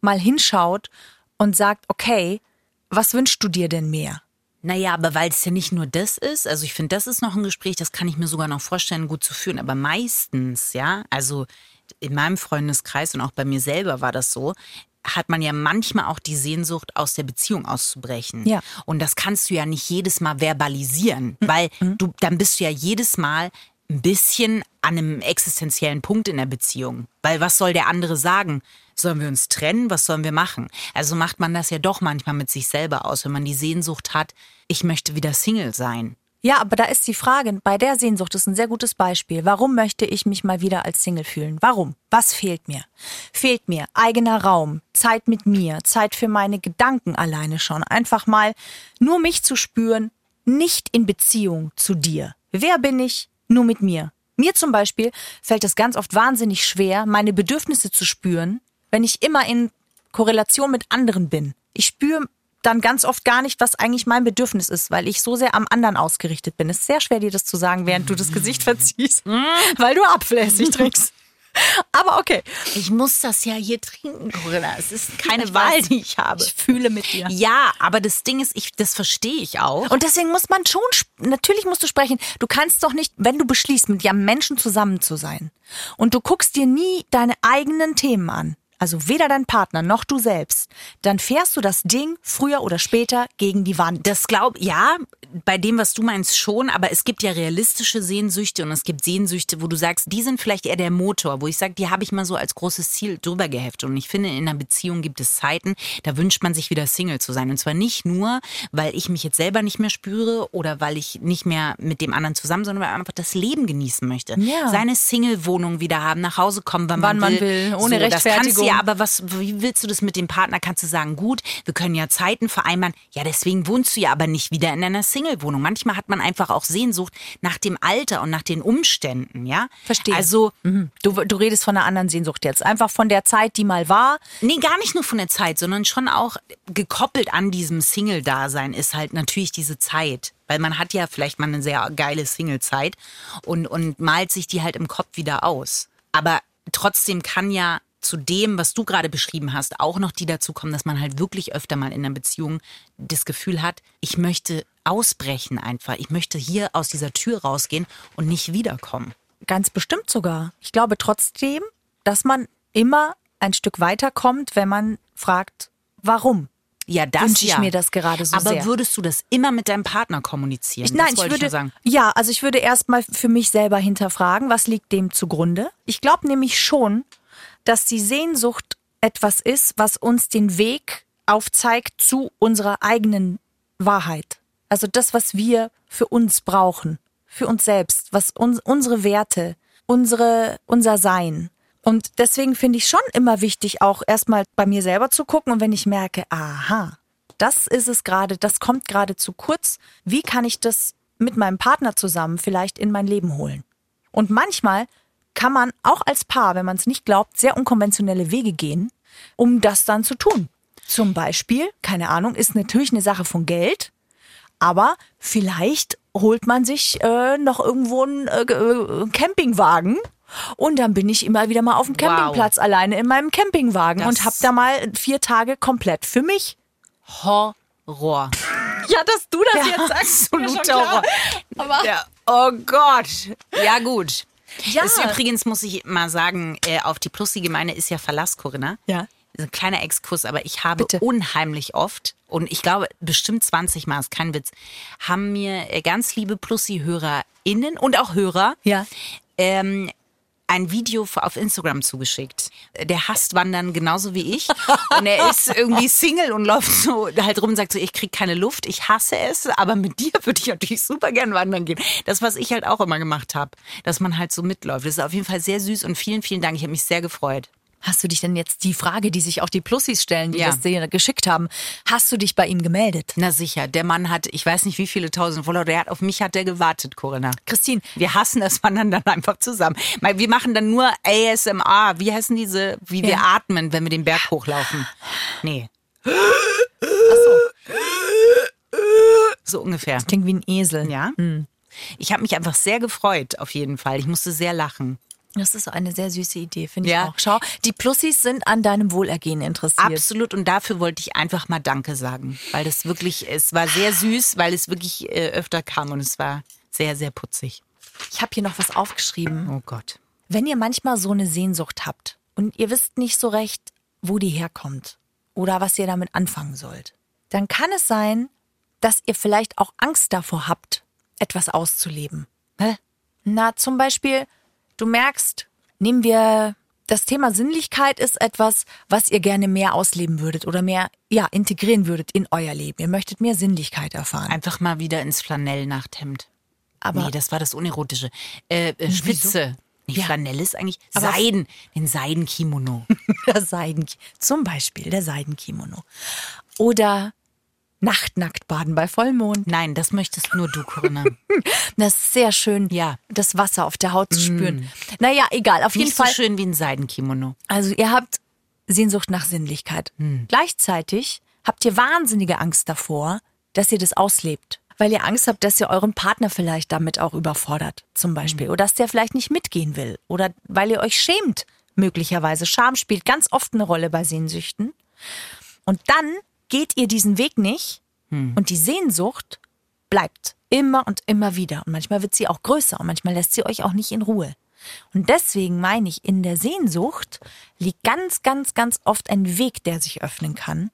[SPEAKER 3] mal hinschaut und sagt, okay, was wünschst du dir denn mehr?
[SPEAKER 1] Naja, aber weil es ja nicht nur das ist, also ich finde, das ist noch ein Gespräch, das kann ich mir sogar noch vorstellen, gut zu führen, aber meistens, ja, also in meinem Freundeskreis und auch bei mir selber war das so, hat man ja manchmal auch die Sehnsucht, aus der Beziehung auszubrechen.
[SPEAKER 3] Ja.
[SPEAKER 1] Und das kannst du ja nicht jedes Mal verbalisieren, weil du, dann bist du ja jedes Mal ein bisschen an einem existenziellen Punkt in der Beziehung. Weil was soll der andere sagen? Sollen wir uns trennen? Was sollen wir machen? Also macht man das ja doch manchmal mit sich selber aus, wenn man die Sehnsucht hat, ich möchte wieder Single sein.
[SPEAKER 3] Ja, aber da ist die Frage, bei der Sehnsucht ist ein sehr gutes Beispiel. Warum möchte ich mich mal wieder als Single fühlen? Warum? Was fehlt mir? Fehlt mir eigener Raum, Zeit mit mir, Zeit für meine Gedanken alleine schon. Einfach mal nur mich zu spüren, nicht in Beziehung zu dir. Wer bin ich? Nur mit mir. Mir zum Beispiel fällt es ganz oft wahnsinnig schwer, meine Bedürfnisse zu spüren, wenn ich immer in Korrelation mit anderen bin. Ich spüre dann ganz oft gar nicht, was eigentlich mein Bedürfnis ist, weil ich so sehr am anderen ausgerichtet bin. Es ist sehr schwer, dir das zu sagen, während du das Gesicht verziehst, weil du abflässig trinkst. Aber okay,
[SPEAKER 1] Ich muss das ja hier trinken, Corinna. Es ist keine
[SPEAKER 3] Ich
[SPEAKER 1] Wahl,
[SPEAKER 3] weiß.
[SPEAKER 1] die ich habe.
[SPEAKER 3] ich fühle mit dir.
[SPEAKER 1] Ja, aber das Ding ist, ich, das verstehe ich auch.
[SPEAKER 3] Und deswegen muss man schon, sp- natürlich musst du sprechen. Du kannst doch nicht, wenn du beschließt, mit einem Menschen zusammen zu sein und du guckst dir nie deine eigenen Themen an, also weder dein Partner noch du selbst, dann fährst du das Ding früher oder später gegen die Wand.
[SPEAKER 1] Ähm, Das glaub, ja, bei dem, was du meinst, schon, aber es gibt ja realistische Sehnsüchte und es gibt Sehnsüchte, wo du sagst, die sind vielleicht eher der Motor, wo ich sage, die habe ich mal so als großes Ziel drüber geheftet. Und ich finde, in einer Beziehung gibt es Zeiten, da wünscht man sich wieder Single zu sein. Und zwar nicht nur, weil ich mich jetzt selber nicht mehr spüre oder weil ich nicht mehr mit dem anderen zusammen, sondern weil man einfach das Leben genießen möchte.
[SPEAKER 3] Ja.
[SPEAKER 1] Seine Single-Wohnung wieder haben, nach Hause kommen, wann,
[SPEAKER 3] Wann
[SPEAKER 1] man,
[SPEAKER 3] man
[SPEAKER 1] will.
[SPEAKER 3] will, ohne
[SPEAKER 1] so, Das kannst du
[SPEAKER 3] Rechtfertigung.
[SPEAKER 1] ja aber was, wie willst du das mit dem Partner? Kannst du sagen, gut, wir können ja Zeiten vereinbaren. Ja, deswegen wohnst du ja aber nicht wieder in einer Single-Wohnung. Manchmal hat man einfach auch Sehnsucht nach dem Alter und nach den Umständen, ja?
[SPEAKER 3] Verstehe.
[SPEAKER 1] Also,
[SPEAKER 3] Mhm. Du, du redest von einer anderen Sehnsucht jetzt. Einfach von der Zeit, die mal war.
[SPEAKER 1] nee, gar nicht nur von der Zeit, sondern schon auch gekoppelt an diesem Single-Dasein ist halt natürlich diese Zeit. Weil man hat ja vielleicht mal eine sehr geile Single-Zeit und, und malt sich die halt im Kopf wieder aus. Aber trotzdem kann ja zu dem, was du gerade beschrieben hast, auch noch die dazu kommen, dass man halt wirklich öfter mal in einer Beziehung das Gefühl hat, ich möchte ausbrechen einfach. Ich möchte hier aus dieser Tür rausgehen und nicht wiederkommen.
[SPEAKER 3] Ganz bestimmt sogar. Ich glaube trotzdem, dass man immer ein Stück weiterkommt, wenn man fragt, warum?
[SPEAKER 1] Ja, das
[SPEAKER 3] Wünsche ich
[SPEAKER 1] ja.
[SPEAKER 3] mir das gerade so
[SPEAKER 1] Aber
[SPEAKER 3] sehr.
[SPEAKER 1] würdest du das immer mit deinem Partner kommunizieren?
[SPEAKER 3] Ich, nein,
[SPEAKER 1] das
[SPEAKER 3] ich
[SPEAKER 1] wollte
[SPEAKER 3] würde
[SPEAKER 1] nur sagen.
[SPEAKER 3] ja, also ich würde erstmal für mich selber hinterfragen, was liegt dem zugrunde? Ich glaube nämlich schon, dass die Sehnsucht etwas ist, was uns den Weg aufzeigt zu unserer eigenen Wahrheit. Also das, was wir für uns brauchen, für uns selbst, was uns unsere Werte, unsere unser Sein. Und deswegen finde ich schon immer wichtig, auch erstmal bei mir selber zu gucken und wenn ich merke, aha, das ist es gerade, das kommt gerade zu kurz. Wie kann ich das mit meinem Partner zusammen vielleicht in mein Leben holen? Und manchmal kann man auch als Paar, wenn man es nicht glaubt, sehr unkonventionelle Wege gehen, um das dann zu tun. Zum Beispiel, keine Ahnung, ist natürlich eine Sache von Geld, aber vielleicht holt man sich äh, noch irgendwo einen äh, ge- äh, Campingwagen. Und dann bin ich immer wieder mal auf dem Campingplatz alleine in meinem Campingwagen
[SPEAKER 1] Das-
[SPEAKER 3] und hab da mal vier Tage komplett für mich. <laughs>
[SPEAKER 1] Horror.
[SPEAKER 3] Ja, dass du das
[SPEAKER 1] Ja,
[SPEAKER 3] absoluter
[SPEAKER 1] absoluter Horror. Ja. Oh Gott. Ja, gut.
[SPEAKER 3] Ja.
[SPEAKER 1] Ist übrigens, muss ich mal sagen, äh, auf die plusige Meine ist ja Verlass, Corinna.
[SPEAKER 3] Ja.
[SPEAKER 1] Ist Ein kleiner Exkurs, aber ich habe
[SPEAKER 3] Bitte.
[SPEAKER 1] unheimlich oft, und ich glaube bestimmt 20 Mal, ist kein Witz, haben mir äh, ganz liebe Plussi-HörerInnen und auch Hörer
[SPEAKER 3] Ja.
[SPEAKER 1] ähm, ein Video f- auf Instagram zugeschickt. Der hasst Wandern genauso wie ich. Und er ist irgendwie Single und läuft so halt rum und sagt so, ich krieg keine Luft, ich hasse es, aber mit dir würde ich natürlich super gern wandern gehen. Das, was ich halt auch immer gemacht habe, dass man halt so mitläuft. Das ist auf jeden Fall sehr süß und vielen, vielen Dank. Ich habe mich sehr gefreut.
[SPEAKER 3] Hast du dich denn jetzt die Frage, die sich auch die Plussis stellen, die
[SPEAKER 1] Ja.
[SPEAKER 3] das dir geschickt haben, hast du dich bei ihm gemeldet?
[SPEAKER 1] Na sicher, der Mann hat, ich weiß nicht wie viele tausend Follower, der hat, auf mich hat der gewartet, Corinna.
[SPEAKER 3] Christine,
[SPEAKER 1] Wir hassen das Wandern dann einfach zusammen. Mal, Wir machen dann nur ASMR. Wie heißen diese, wie wir
[SPEAKER 3] Ja.
[SPEAKER 1] atmen, wenn wir den Berg hochlaufen? Nee. Ach so. So ungefähr.
[SPEAKER 3] klingt wie ein Esel.
[SPEAKER 1] Ja? Ich habe mich einfach sehr gefreut, auf jeden Fall. Ich musste sehr lachen.
[SPEAKER 3] Das ist eine sehr süße Idee, finde
[SPEAKER 1] Ja.
[SPEAKER 3] ich auch. Schau, die Plussis sind an deinem Wohlergehen interessiert.
[SPEAKER 1] Absolut. Und dafür wollte ich einfach mal Danke sagen. Weil das wirklich, es war sehr süß, weil es wirklich äh, öfter kam und es war sehr, sehr putzig.
[SPEAKER 3] Ich habe hier noch was aufgeschrieben.
[SPEAKER 1] Oh Gott.
[SPEAKER 3] Wenn ihr manchmal so eine Sehnsucht habt und ihr wisst nicht so recht, wo die herkommt oder was ihr damit anfangen sollt, dann kann es sein, dass ihr vielleicht auch Angst davor habt, etwas auszuleben. Hä? Na, zum Beispiel, du merkst, nehmen wir das Thema Sinnlichkeit ist etwas, was ihr gerne mehr ausleben würdet oder mehr ja, integrieren würdet in euer Leben. Ihr möchtet mehr Sinnlichkeit erfahren.
[SPEAKER 1] Einfach mal wieder ins Flanellnachthemd.
[SPEAKER 3] Aber Hm,
[SPEAKER 1] nee, das war das Unerotische. Äh, äh, Spitze. Nee, Flanelle ist eigentlich
[SPEAKER 3] Aber-
[SPEAKER 1] Seiden. Den Seidenkimono.
[SPEAKER 3] <laughs> der Seiden, zum Beispiel der Seidenkimono. Oder Nachtnackt baden bei Vollmond.
[SPEAKER 1] Nein, das möchtest nur du, Corinna.
[SPEAKER 3] Das ist sehr schön,
[SPEAKER 1] Ja.
[SPEAKER 3] das Wasser auf der Haut zu spüren. Naja, egal, auf jeden
[SPEAKER 1] Mm. Nicht so
[SPEAKER 3] Fall.
[SPEAKER 1] schön wie ein Seidenkimono.
[SPEAKER 3] Also ihr habt Sehnsucht nach Sinnlichkeit.
[SPEAKER 1] Mm.
[SPEAKER 3] Gleichzeitig habt ihr wahnsinnige Angst davor, dass ihr das auslebt. Weil ihr Angst habt, dass ihr euren Partner vielleicht damit auch überfordert, zum
[SPEAKER 1] Mm.
[SPEAKER 3] Beispiel. Oder dass der vielleicht nicht mitgehen will. Oder weil ihr euch schämt, möglicherweise. Scham spielt ganz oft eine Rolle bei Sehnsüchten. Und dann geht ihr diesen Weg nicht und die Sehnsucht bleibt immer und immer wieder. Und manchmal wird sie auch größer und manchmal lässt sie euch auch nicht in Ruhe. Und deswegen meine ich, in der Sehnsucht liegt ganz, ganz, ganz oft ein Weg, der sich öffnen kann,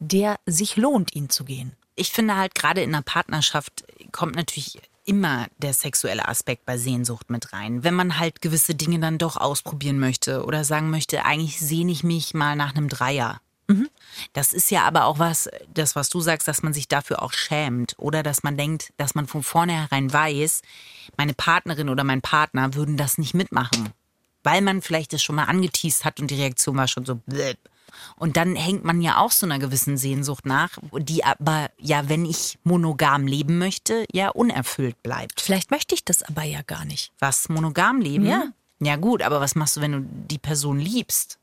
[SPEAKER 3] der sich lohnt, ihn zu gehen.
[SPEAKER 1] ich finde halt gerade in einer Partnerschaft kommt natürlich immer der sexuelle Aspekt bei Sehnsucht mit rein. Wenn man halt gewisse Dinge dann doch ausprobieren möchte oder sagen möchte, eigentlich sehne ich mich mal nach einem Dreier. Das ist ja aber auch was, das was du sagst, dass man sich dafür auch schämt oder dass man denkt, dass man von vornherein weiß, meine Partnerin oder mein Partner würden das nicht mitmachen, weil man vielleicht das schon mal angeteased hat und die Reaktion war schon so. Blöp. Und dann hängt man ja auch so einer gewissen Sehnsucht nach, die aber ja, wenn ich monogam leben möchte, ja unerfüllt bleibt.
[SPEAKER 3] Vielleicht möchte ich das aber ja gar nicht.
[SPEAKER 1] Was monogam leben?
[SPEAKER 3] Ja.
[SPEAKER 1] Ja gut, aber was machst du, wenn du die Person liebst?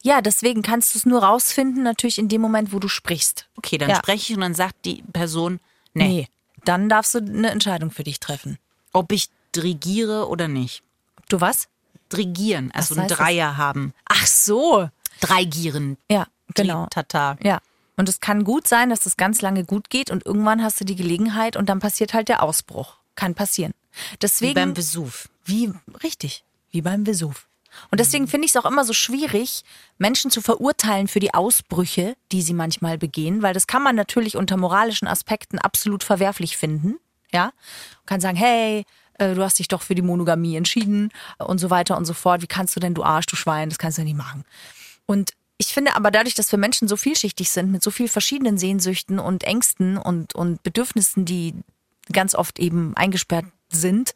[SPEAKER 3] Ja, deswegen kannst du es nur rausfinden, natürlich in dem Moment, wo du sprichst.
[SPEAKER 1] Okay, dann
[SPEAKER 3] Ja.
[SPEAKER 1] spreche ich und dann sagt die Person, nee,
[SPEAKER 3] Nee, dann darfst du eine Entscheidung für dich treffen.
[SPEAKER 1] ob ich regiere oder nicht.
[SPEAKER 3] Ob du was?
[SPEAKER 1] Regieren, also einen
[SPEAKER 3] heißt das?
[SPEAKER 1] Dreier haben.
[SPEAKER 3] Ach so.
[SPEAKER 1] Drei Gieren.
[SPEAKER 3] Ja, genau.
[SPEAKER 1] Tata.
[SPEAKER 3] Ja. Und es kann gut sein, dass das ganz lange gut geht und irgendwann hast du die Gelegenheit und dann passiert halt der Ausbruch. Kann passieren. Deswegen
[SPEAKER 1] Wie beim Vesuv.
[SPEAKER 3] Wie, richtig, wie beim Vesuv. Und deswegen finde ich es auch immer so schwierig, Menschen zu verurteilen für die Ausbrüche, die sie manchmal begehen, weil das kann man natürlich unter moralischen Aspekten absolut verwerflich finden. Ja, man kann sagen, hey, äh, du hast dich doch für die Monogamie entschieden äh, und so weiter und so fort. Wie kannst du denn, du Arsch, du Schwein, das kannst du ja nicht machen. Und ich finde aber dadurch, dass wir Menschen so vielschichtig sind, mit so vielen verschiedenen Sehnsüchten und Ängsten und, und Bedürfnissen, die ganz oft eben eingesperrt sind,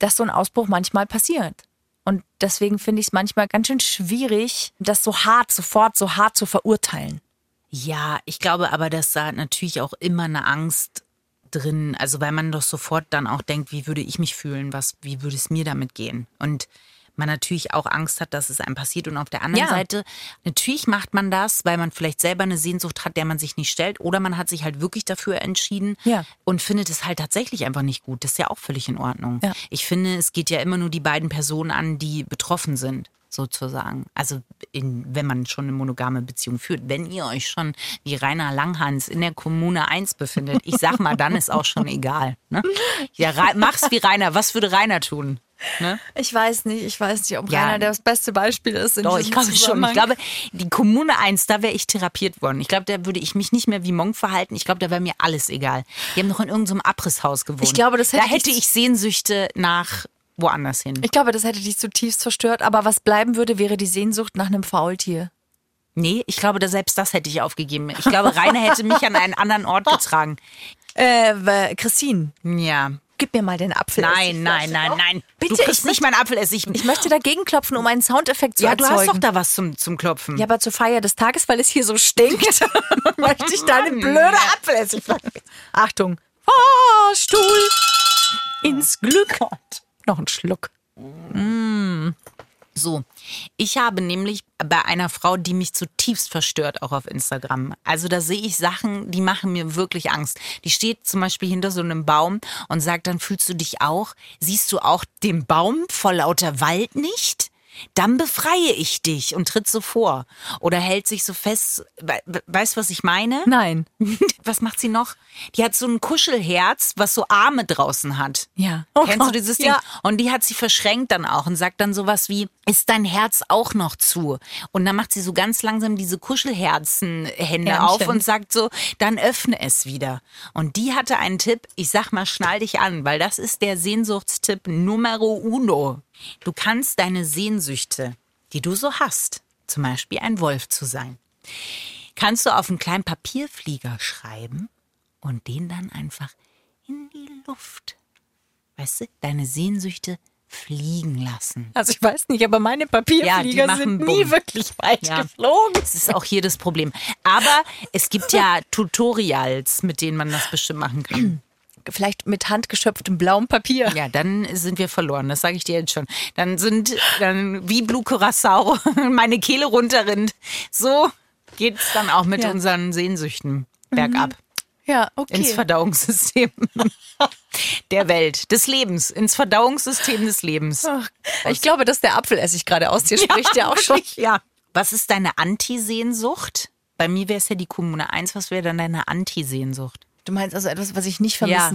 [SPEAKER 3] dass so ein Ausbruch manchmal passiert. Und deswegen finde ich es manchmal ganz schön schwierig, das so hart, sofort so hart zu verurteilen.
[SPEAKER 1] Ja, ich glaube aber, dass da natürlich auch immer eine Angst drin, also weil man doch sofort dann auch denkt, wie würde ich mich fühlen, was, wie würde es mir damit gehen? Und man natürlich auch Angst hat, dass es einem passiert. Und auf der anderen
[SPEAKER 3] Ja.
[SPEAKER 1] Seite, natürlich macht man das, weil man vielleicht selber eine Sehnsucht hat, der man sich nicht stellt. Oder man hat sich halt wirklich dafür entschieden
[SPEAKER 3] Ja.
[SPEAKER 1] und findet es halt tatsächlich einfach nicht gut. Das ist ja auch völlig in Ordnung.
[SPEAKER 3] Ja.
[SPEAKER 1] Ich finde, es geht ja immer nur die beiden Personen an, die betroffen sind, sozusagen. Also, in, wenn man schon eine monogame Beziehung führt. Wenn ihr euch schon wie Rainer Langhans in der Kommune 1 befindet, ich sag mal, dann ist auch schon egal. Ne? Ja, Ra- mach's wie Rainer. Was würde Rainer tun?
[SPEAKER 3] Ich weiß nicht, ich weiß nicht, ob
[SPEAKER 1] Ja. Rainer
[SPEAKER 3] das beste Beispiel ist. In
[SPEAKER 1] Doch, ich glaube schon. Ich glaube, die Kommune 1, da wäre ich therapiert worden. Ich glaube, da würde ich mich nicht mehr wie Monk verhalten. Ich glaube, da wäre mir alles egal. Wir haben noch in irgendeinem Abrisshaus gewohnt.
[SPEAKER 3] Ich glaube, das hätte
[SPEAKER 1] da hätte
[SPEAKER 3] ich-
[SPEAKER 1] ich Sehnsüchte nach woanders hin.
[SPEAKER 3] ich glaube, das hätte dich zutiefst verstört. Aber was bleiben würde, wäre die Sehnsucht nach einem Faultier.
[SPEAKER 1] Nee, ich glaube, da selbst das hätte ich aufgegeben. Ich glaube, Rainer hätte mich an einen
[SPEAKER 3] <laughs>
[SPEAKER 1] anderen Ort getragen.
[SPEAKER 3] Äh, w- Christine,
[SPEAKER 1] Ja.
[SPEAKER 3] gib mir mal den Apfel.
[SPEAKER 1] Nein, nein, nein, nein.
[SPEAKER 3] Bitte,
[SPEAKER 1] du kriegst
[SPEAKER 3] ich
[SPEAKER 1] nicht meinen Apfelessig.
[SPEAKER 3] Ich möchte dagegen klopfen, um einen Soundeffekt zu
[SPEAKER 1] ja, du
[SPEAKER 3] erzeugen.
[SPEAKER 1] hast doch da was zum, zum Klopfen.
[SPEAKER 3] ja, aber zur Feier des Tages, weil es hier so <laughs> stinkt, möchte ich deine blöde Apfelessigflasche. Achtung. Oh, Stuhl. Ins Glück. Noch ein Schluck.
[SPEAKER 1] So, ich habe nämlich bei einer Frau, die mich zutiefst verstört, auch auf Instagram. Also da sehe ich Sachen, die machen mir wirklich Angst. Die steht zum Beispiel hinter so einem Baum und sagt, dann fühlst du dich auch, siehst du auch den Baum vor lauter Wald nicht? Dann befreie ich dich und tritt so vor. Oder hält sich so fest. We- we- Weißt du, was ich meine?
[SPEAKER 3] Nein.
[SPEAKER 1] <laughs> Was macht sie noch? Die hat so ein Kuschelherz, was so Arme draußen hat.
[SPEAKER 3] Ja. Oh
[SPEAKER 1] Kennst
[SPEAKER 3] Gott,
[SPEAKER 1] du dieses Ding?
[SPEAKER 3] ja.
[SPEAKER 1] Und die hat sie verschränkt dann auch und sagt dann sowas wie, ist dein Herz auch noch zu? Und dann macht sie so ganz langsam diese Kuschelherzen-Hände auf
[SPEAKER 3] Händchen.
[SPEAKER 1] und sagt so, dann öffne es wieder. Und die hatte einen Tipp, ich sag mal, schnall dich an, weil das ist der Sehnsuchtstipp numero uno. Du kannst deine Sehnsüchte, die du so hast, zum Beispiel ein Wolf zu sein, kannst du auf einen kleinen Papierflieger schreiben und den dann einfach in die Luft weißt du, deine Sehnsüchte fliegen lassen.
[SPEAKER 3] Also ich weiß nicht, aber meine Papierflieger
[SPEAKER 1] Ja, die
[SPEAKER 3] sind
[SPEAKER 1] machen
[SPEAKER 3] nie
[SPEAKER 1] Bumm.
[SPEAKER 3] wirklich weit
[SPEAKER 1] Ja.
[SPEAKER 3] geflogen.
[SPEAKER 1] Das ist auch hier das Problem. Aber es gibt ja Tutorials, mit denen man das bestimmt machen kann.
[SPEAKER 3] Vielleicht mit handgeschöpftem blauem Papier.
[SPEAKER 1] Ja, dann sind wir verloren, das sage ich dir jetzt schon. Dann sind, dann wie Blue Curaçao, <laughs> meine Kehle runterrinnt. So geht's dann auch mit
[SPEAKER 3] Ja.
[SPEAKER 1] unseren Sehnsüchten bergab.
[SPEAKER 3] Ja,
[SPEAKER 1] Ins Verdauungssystem der Welt, des Lebens, ins Verdauungssystem des Lebens.
[SPEAKER 3] Ich glaube, dass der Apfelessig gerade aus
[SPEAKER 1] <laughs>
[SPEAKER 3] dir spricht, ja, <laughs> auch schon.
[SPEAKER 1] Ja. Was ist deine Antisehnsucht? Bei mir wäre es ja die Kommune 1. Was wäre dann deine Antisehnsucht?
[SPEAKER 3] Du meinst also etwas, was ich nicht
[SPEAKER 1] ja.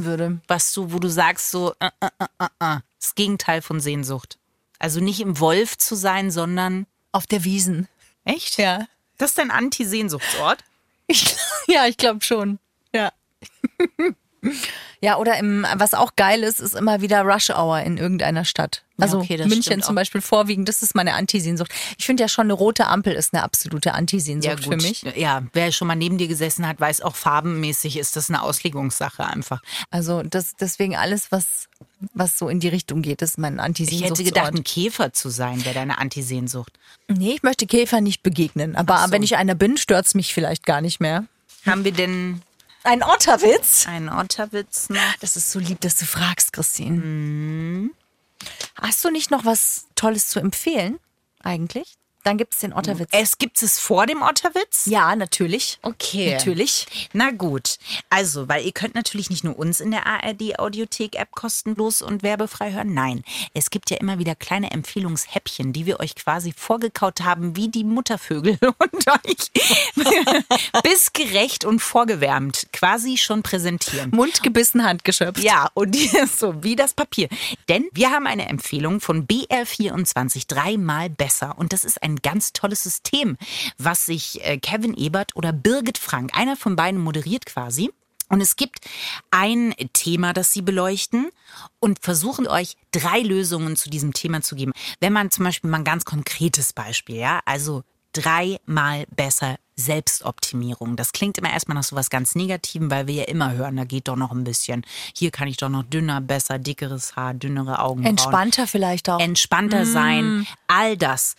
[SPEAKER 1] Was du, wo du sagst, so, äh, äh, äh, äh, äh. das Gegenteil von Sehnsucht. Also nicht im Wolf zu sein, sondern.
[SPEAKER 3] Auf der Wiesen.
[SPEAKER 1] Echt?
[SPEAKER 3] Ja.
[SPEAKER 1] Das ist dein Antisehnsuchtsort?
[SPEAKER 3] Ich, <laughs> ja, ich glaube schon. Ja. ja, oder im, was auch geil ist, ist immer wieder Rush Hour in irgendeiner Stadt. Also
[SPEAKER 1] okay, das
[SPEAKER 3] München
[SPEAKER 1] stimmt
[SPEAKER 3] zum
[SPEAKER 1] auch.
[SPEAKER 3] Beispiel vorwiegend, das ist meine Antisehnsucht. Ich finde ja schon, eine rote Ampel ist eine absolute Antisehnsucht für mich.
[SPEAKER 1] Ja, wer schon mal neben dir gesessen hat, weiß auch farbenmäßig ist das eine Auslegungssache einfach.
[SPEAKER 3] Also das, deswegen alles, was, was so in die Richtung geht, ist mein
[SPEAKER 1] Ich hätte
[SPEAKER 3] Antisehnsuchtsort.
[SPEAKER 1] gedacht, ein Käfer zu sein wäre deine Antisehnsucht.
[SPEAKER 3] nee, ich möchte Käfer nicht begegnen. Aber
[SPEAKER 1] Ach so.
[SPEAKER 3] wenn ich einer bin, stört's mich vielleicht gar nicht mehr.
[SPEAKER 1] Haben wir denn
[SPEAKER 3] Ein Otterwitz?
[SPEAKER 1] einen Otterwitz noch?
[SPEAKER 3] Das ist so lieb, dass du fragst, Christine. Mhm. Hast du nicht noch was Tolles zu empfehlen, eigentlich? Dann gibt es den Otterwitz.
[SPEAKER 1] Es gibt es vor dem Otterwitz?
[SPEAKER 3] Äh, ja, natürlich.
[SPEAKER 1] Okay.
[SPEAKER 3] Natürlich.
[SPEAKER 1] Na gut. Also, weil ihr könnt natürlich nicht nur uns in der ARD Audiothek App kostenlos und werbefrei hören. Nein, es gibt ja immer wieder kleine Empfehlungshäppchen, die wir euch quasi vorgekaut haben, wie die Muttervögel <laughs> und euch bis gerecht und vorgewärmt quasi schon präsentieren.
[SPEAKER 3] Mund gebissen, Hand geschöpft.
[SPEAKER 1] Ja, und die <laughs> ist so wie das Papier. Denn wir haben eine Empfehlung von BR24 dreimal besser. Und das ist ein ganz tolles System, was sich äh, Kevin Ebert oder Birgit Frank, einer von beiden moderiert quasi. Und es gibt ein Thema, das sie beleuchten und versuchen euch drei Lösungen zu diesem Thema zu geben. Wenn man zum Beispiel mal ein ganz konkretes Beispiel, ja, also dreimal besser Selbstoptimierung. Das klingt immer erstmal nach so was ganz Negativem, weil wir ja immer hören, da geht doch noch ein bisschen. Hier kann ich doch noch dünner, besser, dickeres Haar, dünnere Augenbrauen.
[SPEAKER 3] Entspannter vielleicht auch.
[SPEAKER 1] Entspannter sein, all das.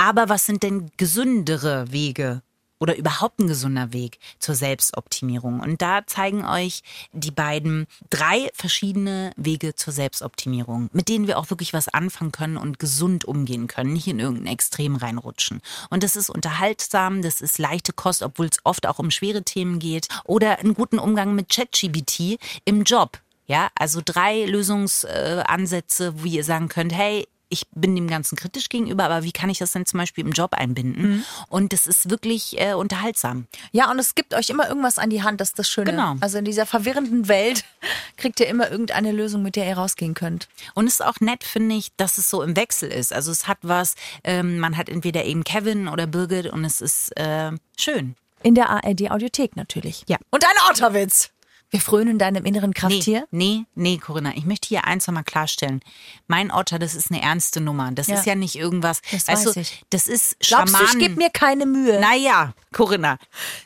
[SPEAKER 1] Aber was sind denn gesündere Wege? Oder überhaupt ein gesunder Weg zur Selbstoptimierung. Und da zeigen euch die beiden drei verschiedene Wege zur Selbstoptimierung, mit denen wir auch wirklich was anfangen können und gesund umgehen können, nicht in irgendein Extrem reinrutschen. Und das ist unterhaltsam, das ist leichte Kost, obwohl es oft auch um schwere Themen geht. Oder einen guten Umgang mit ChatGBT im Job. Ja, also drei Lösungsansätze, äh, Ansätze, wie ihr sagen könnt, hey, ich bin dem Ganzen kritisch gegenüber, aber wie kann ich das denn zum Beispiel im Job einbinden?
[SPEAKER 3] Mhm.
[SPEAKER 1] Und das ist wirklich äh, unterhaltsam.
[SPEAKER 3] Ja, und es gibt euch immer irgendwas an die Hand, das ist das Schöne.
[SPEAKER 1] Genau.
[SPEAKER 3] Also in dieser verwirrenden Welt <laughs> kriegt ihr immer irgendeine Lösung, mit der ihr rausgehen könnt.
[SPEAKER 1] Und es ist auch nett, finde ich, dass es so im Wechsel ist. Also es hat was, ähm, man hat entweder eben Kevin oder Birgit und es ist äh, schön.
[SPEAKER 3] In der ARD Audiothek natürlich.
[SPEAKER 1] Ja.
[SPEAKER 3] Und ein Otterwitz. Wir frönen deinem inneren Krafttier.
[SPEAKER 1] Nee, nee, nee, Corinna, ich möchte hier eins nochmal klarstellen. Mein Otter, das ist eine ernste Nummer. Das
[SPEAKER 3] Ja.
[SPEAKER 1] ist ja nicht irgendwas.
[SPEAKER 3] Das
[SPEAKER 1] weißt
[SPEAKER 3] weiß
[SPEAKER 1] du,
[SPEAKER 3] ich.
[SPEAKER 1] das ist
[SPEAKER 3] Glaubst du,
[SPEAKER 1] Schamanen.
[SPEAKER 3] ich gebe mir keine Mühe.
[SPEAKER 1] naja, Corinna,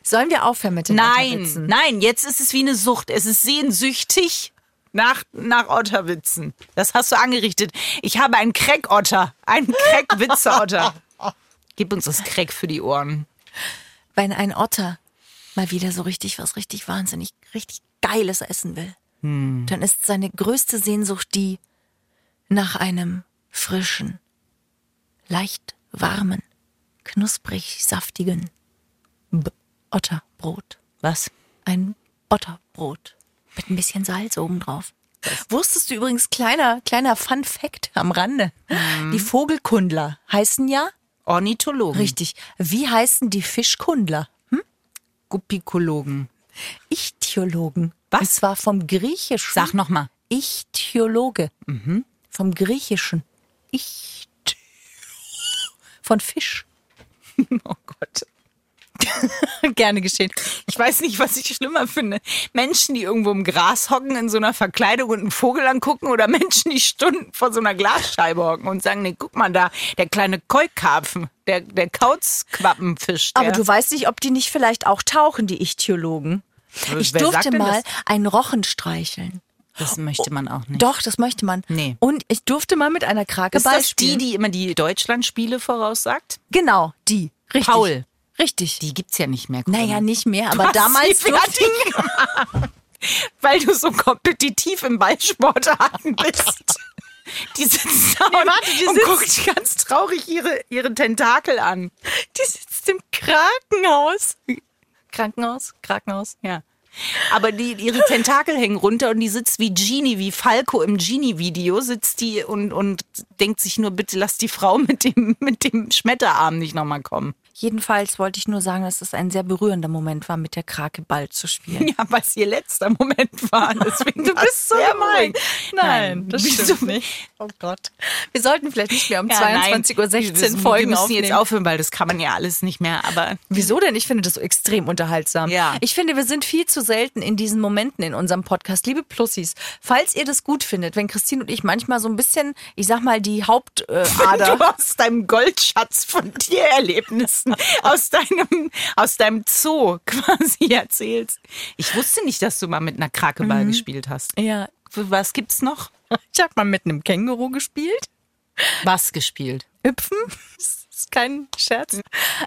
[SPEAKER 3] Sollen wir aufhören mit den
[SPEAKER 1] Nein,
[SPEAKER 3] Otterwitzen?
[SPEAKER 1] nein, jetzt ist es wie eine Sucht. Es ist sehnsüchtig nach, nach Otterwitzen. Das hast du angerichtet. Ich habe einen Crackotter, einen Crack-Witze-Otter. Gib uns das Crack für die Ohren.
[SPEAKER 3] wenn ein Otter mal wieder so richtig was richtig wahnsinnig, richtig Geiles essen will, dann ist seine größte Sehnsucht die nach einem frischen, leicht warmen, knusprig saftigen B Otterbrot.
[SPEAKER 1] Was?
[SPEAKER 3] Ein Otterbrot mit ein bisschen Salz obendrauf. Wusstest du übrigens, kleiner, kleiner Fun Fact am Rande. Die Vogelkundler heißen ja,
[SPEAKER 1] Ornithologen.
[SPEAKER 3] richtig, wie heißen die Fischkundler?
[SPEAKER 1] Gupikologen.
[SPEAKER 3] Ichthyologen.
[SPEAKER 1] Was?
[SPEAKER 3] Und zwar vom Griechischen.
[SPEAKER 1] Sag nochmal.
[SPEAKER 3] Ichthyologe. Mhm. Vom Griechischen. Icht. Von Fisch.
[SPEAKER 1] Oh Gott. <laughs>
[SPEAKER 3] Gerne geschehen.
[SPEAKER 1] Ich weiß nicht, was ich schlimmer finde. Menschen, die irgendwo im Gras hocken, in so einer Verkleidung und einen Vogel angucken oder Menschen, die Stunden vor so einer Glasscheibe hocken und sagen, nee, guck mal da, der kleine Keukarpfen, der, der Kauzquappenfisch. Der
[SPEAKER 3] Aber du weißt nicht, ob die nicht vielleicht auch tauchen, die Ichthyologen. Ich
[SPEAKER 1] Wer sagt
[SPEAKER 3] durfte
[SPEAKER 1] denn
[SPEAKER 3] mal
[SPEAKER 1] das?
[SPEAKER 3] einen Rochen streicheln.
[SPEAKER 1] Das möchte man auch nicht.
[SPEAKER 3] Doch, das möchte man.
[SPEAKER 1] Nee.
[SPEAKER 3] Und ich durfte mal mit einer Krake
[SPEAKER 1] Ist
[SPEAKER 3] Ball
[SPEAKER 1] das die,
[SPEAKER 3] spielen.
[SPEAKER 1] die immer die Deutschlandspiele voraussagt?
[SPEAKER 3] Genau, die. Richtig.
[SPEAKER 1] Paul.
[SPEAKER 3] Richtig.
[SPEAKER 1] Die gibt's ja nicht mehr.
[SPEAKER 3] Naja,
[SPEAKER 1] Corinna.
[SPEAKER 3] nicht mehr, aber
[SPEAKER 1] hast <laughs>
[SPEAKER 3] damals
[SPEAKER 1] sie
[SPEAKER 3] durfte
[SPEAKER 1] fertig weil du so kompetitiv im Ballsportarten bist. Die sitzt da und,
[SPEAKER 3] warte, die
[SPEAKER 1] und
[SPEAKER 3] sitzt-
[SPEAKER 1] guckt ganz traurig ihre, ihre Tentakel an.
[SPEAKER 3] Die sitzt im Krankenhaus. Krankenhaus? Krankenhaus?
[SPEAKER 1] Ja. Aber die, ihre Tentakel hängen runter und die sitzt wie Genie, wie Falco im Genie-Video, sitzt die und, und denkt sich nur, bitte lass die Frau mit dem, mit dem Schmetterarm nicht nochmal kommen.
[SPEAKER 3] Jedenfalls wollte ich nur sagen, dass es ein sehr berührender Moment war, mit der Krake Ball zu spielen.
[SPEAKER 1] Ja, weil es ihr letzter Moment
[SPEAKER 3] <laughs>
[SPEAKER 1] war. Deswegen
[SPEAKER 3] Du bist so gemein.
[SPEAKER 1] Nein,
[SPEAKER 3] das
[SPEAKER 1] wieso
[SPEAKER 3] stimmt nicht. <laughs> Oh Gott. Wir sollten vielleicht nicht mehr <laughs> um
[SPEAKER 1] Ja, nein.
[SPEAKER 3] 22.16
[SPEAKER 1] Wir
[SPEAKER 3] Uhr
[SPEAKER 1] müssen-
[SPEAKER 3] Folgen
[SPEAKER 1] Wir müssen
[SPEAKER 3] aufnehmen.
[SPEAKER 1] jetzt aufhören, weil das kann man ja alles nicht mehr. Aber
[SPEAKER 3] Wieso denn? Ich finde das so extrem unterhaltsam.
[SPEAKER 1] Ja.
[SPEAKER 3] Ich finde, wir sind viel zu selten in diesen Momenten in unserem Podcast. Liebe Plussis, falls ihr das gut findet, wenn Christine und ich manchmal so ein bisschen, ich sag mal, die <laughs> Hauptader. Äh,
[SPEAKER 1] <laughs> Du
[SPEAKER 3] Ader-
[SPEAKER 1] aus deinem Goldschatz von Tiererlebnissen, aus deinem, aus deinem Zoo quasi erzählst. Ich wusste nicht, dass du mal mit einer
[SPEAKER 3] Mhm.
[SPEAKER 1] Krakeball gespielt hast.
[SPEAKER 3] ja.
[SPEAKER 1] Was gibt's noch?
[SPEAKER 3] Ich habe mal mit einem Känguru gespielt.
[SPEAKER 1] Was gespielt?
[SPEAKER 3] Hüpfen. <laughs> Das ist kein Scherz.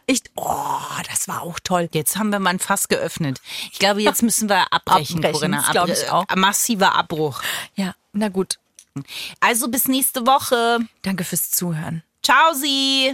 [SPEAKER 3] Ich, oh, das war auch toll.
[SPEAKER 1] Jetzt haben wir mal ein Fass geöffnet.
[SPEAKER 3] <laughs>
[SPEAKER 1] Ich glaube, jetzt müssen wir abbrechen,
[SPEAKER 3] Abbrechen,
[SPEAKER 1] Corinna.
[SPEAKER 3] das glaub ich
[SPEAKER 1] Abbre-
[SPEAKER 3] auch.
[SPEAKER 1] Massiver Abbruch.
[SPEAKER 3] Ja, na gut.
[SPEAKER 1] Also bis nächste Woche.
[SPEAKER 3] Danke fürs Zuhören.
[SPEAKER 1] Ciao, sie.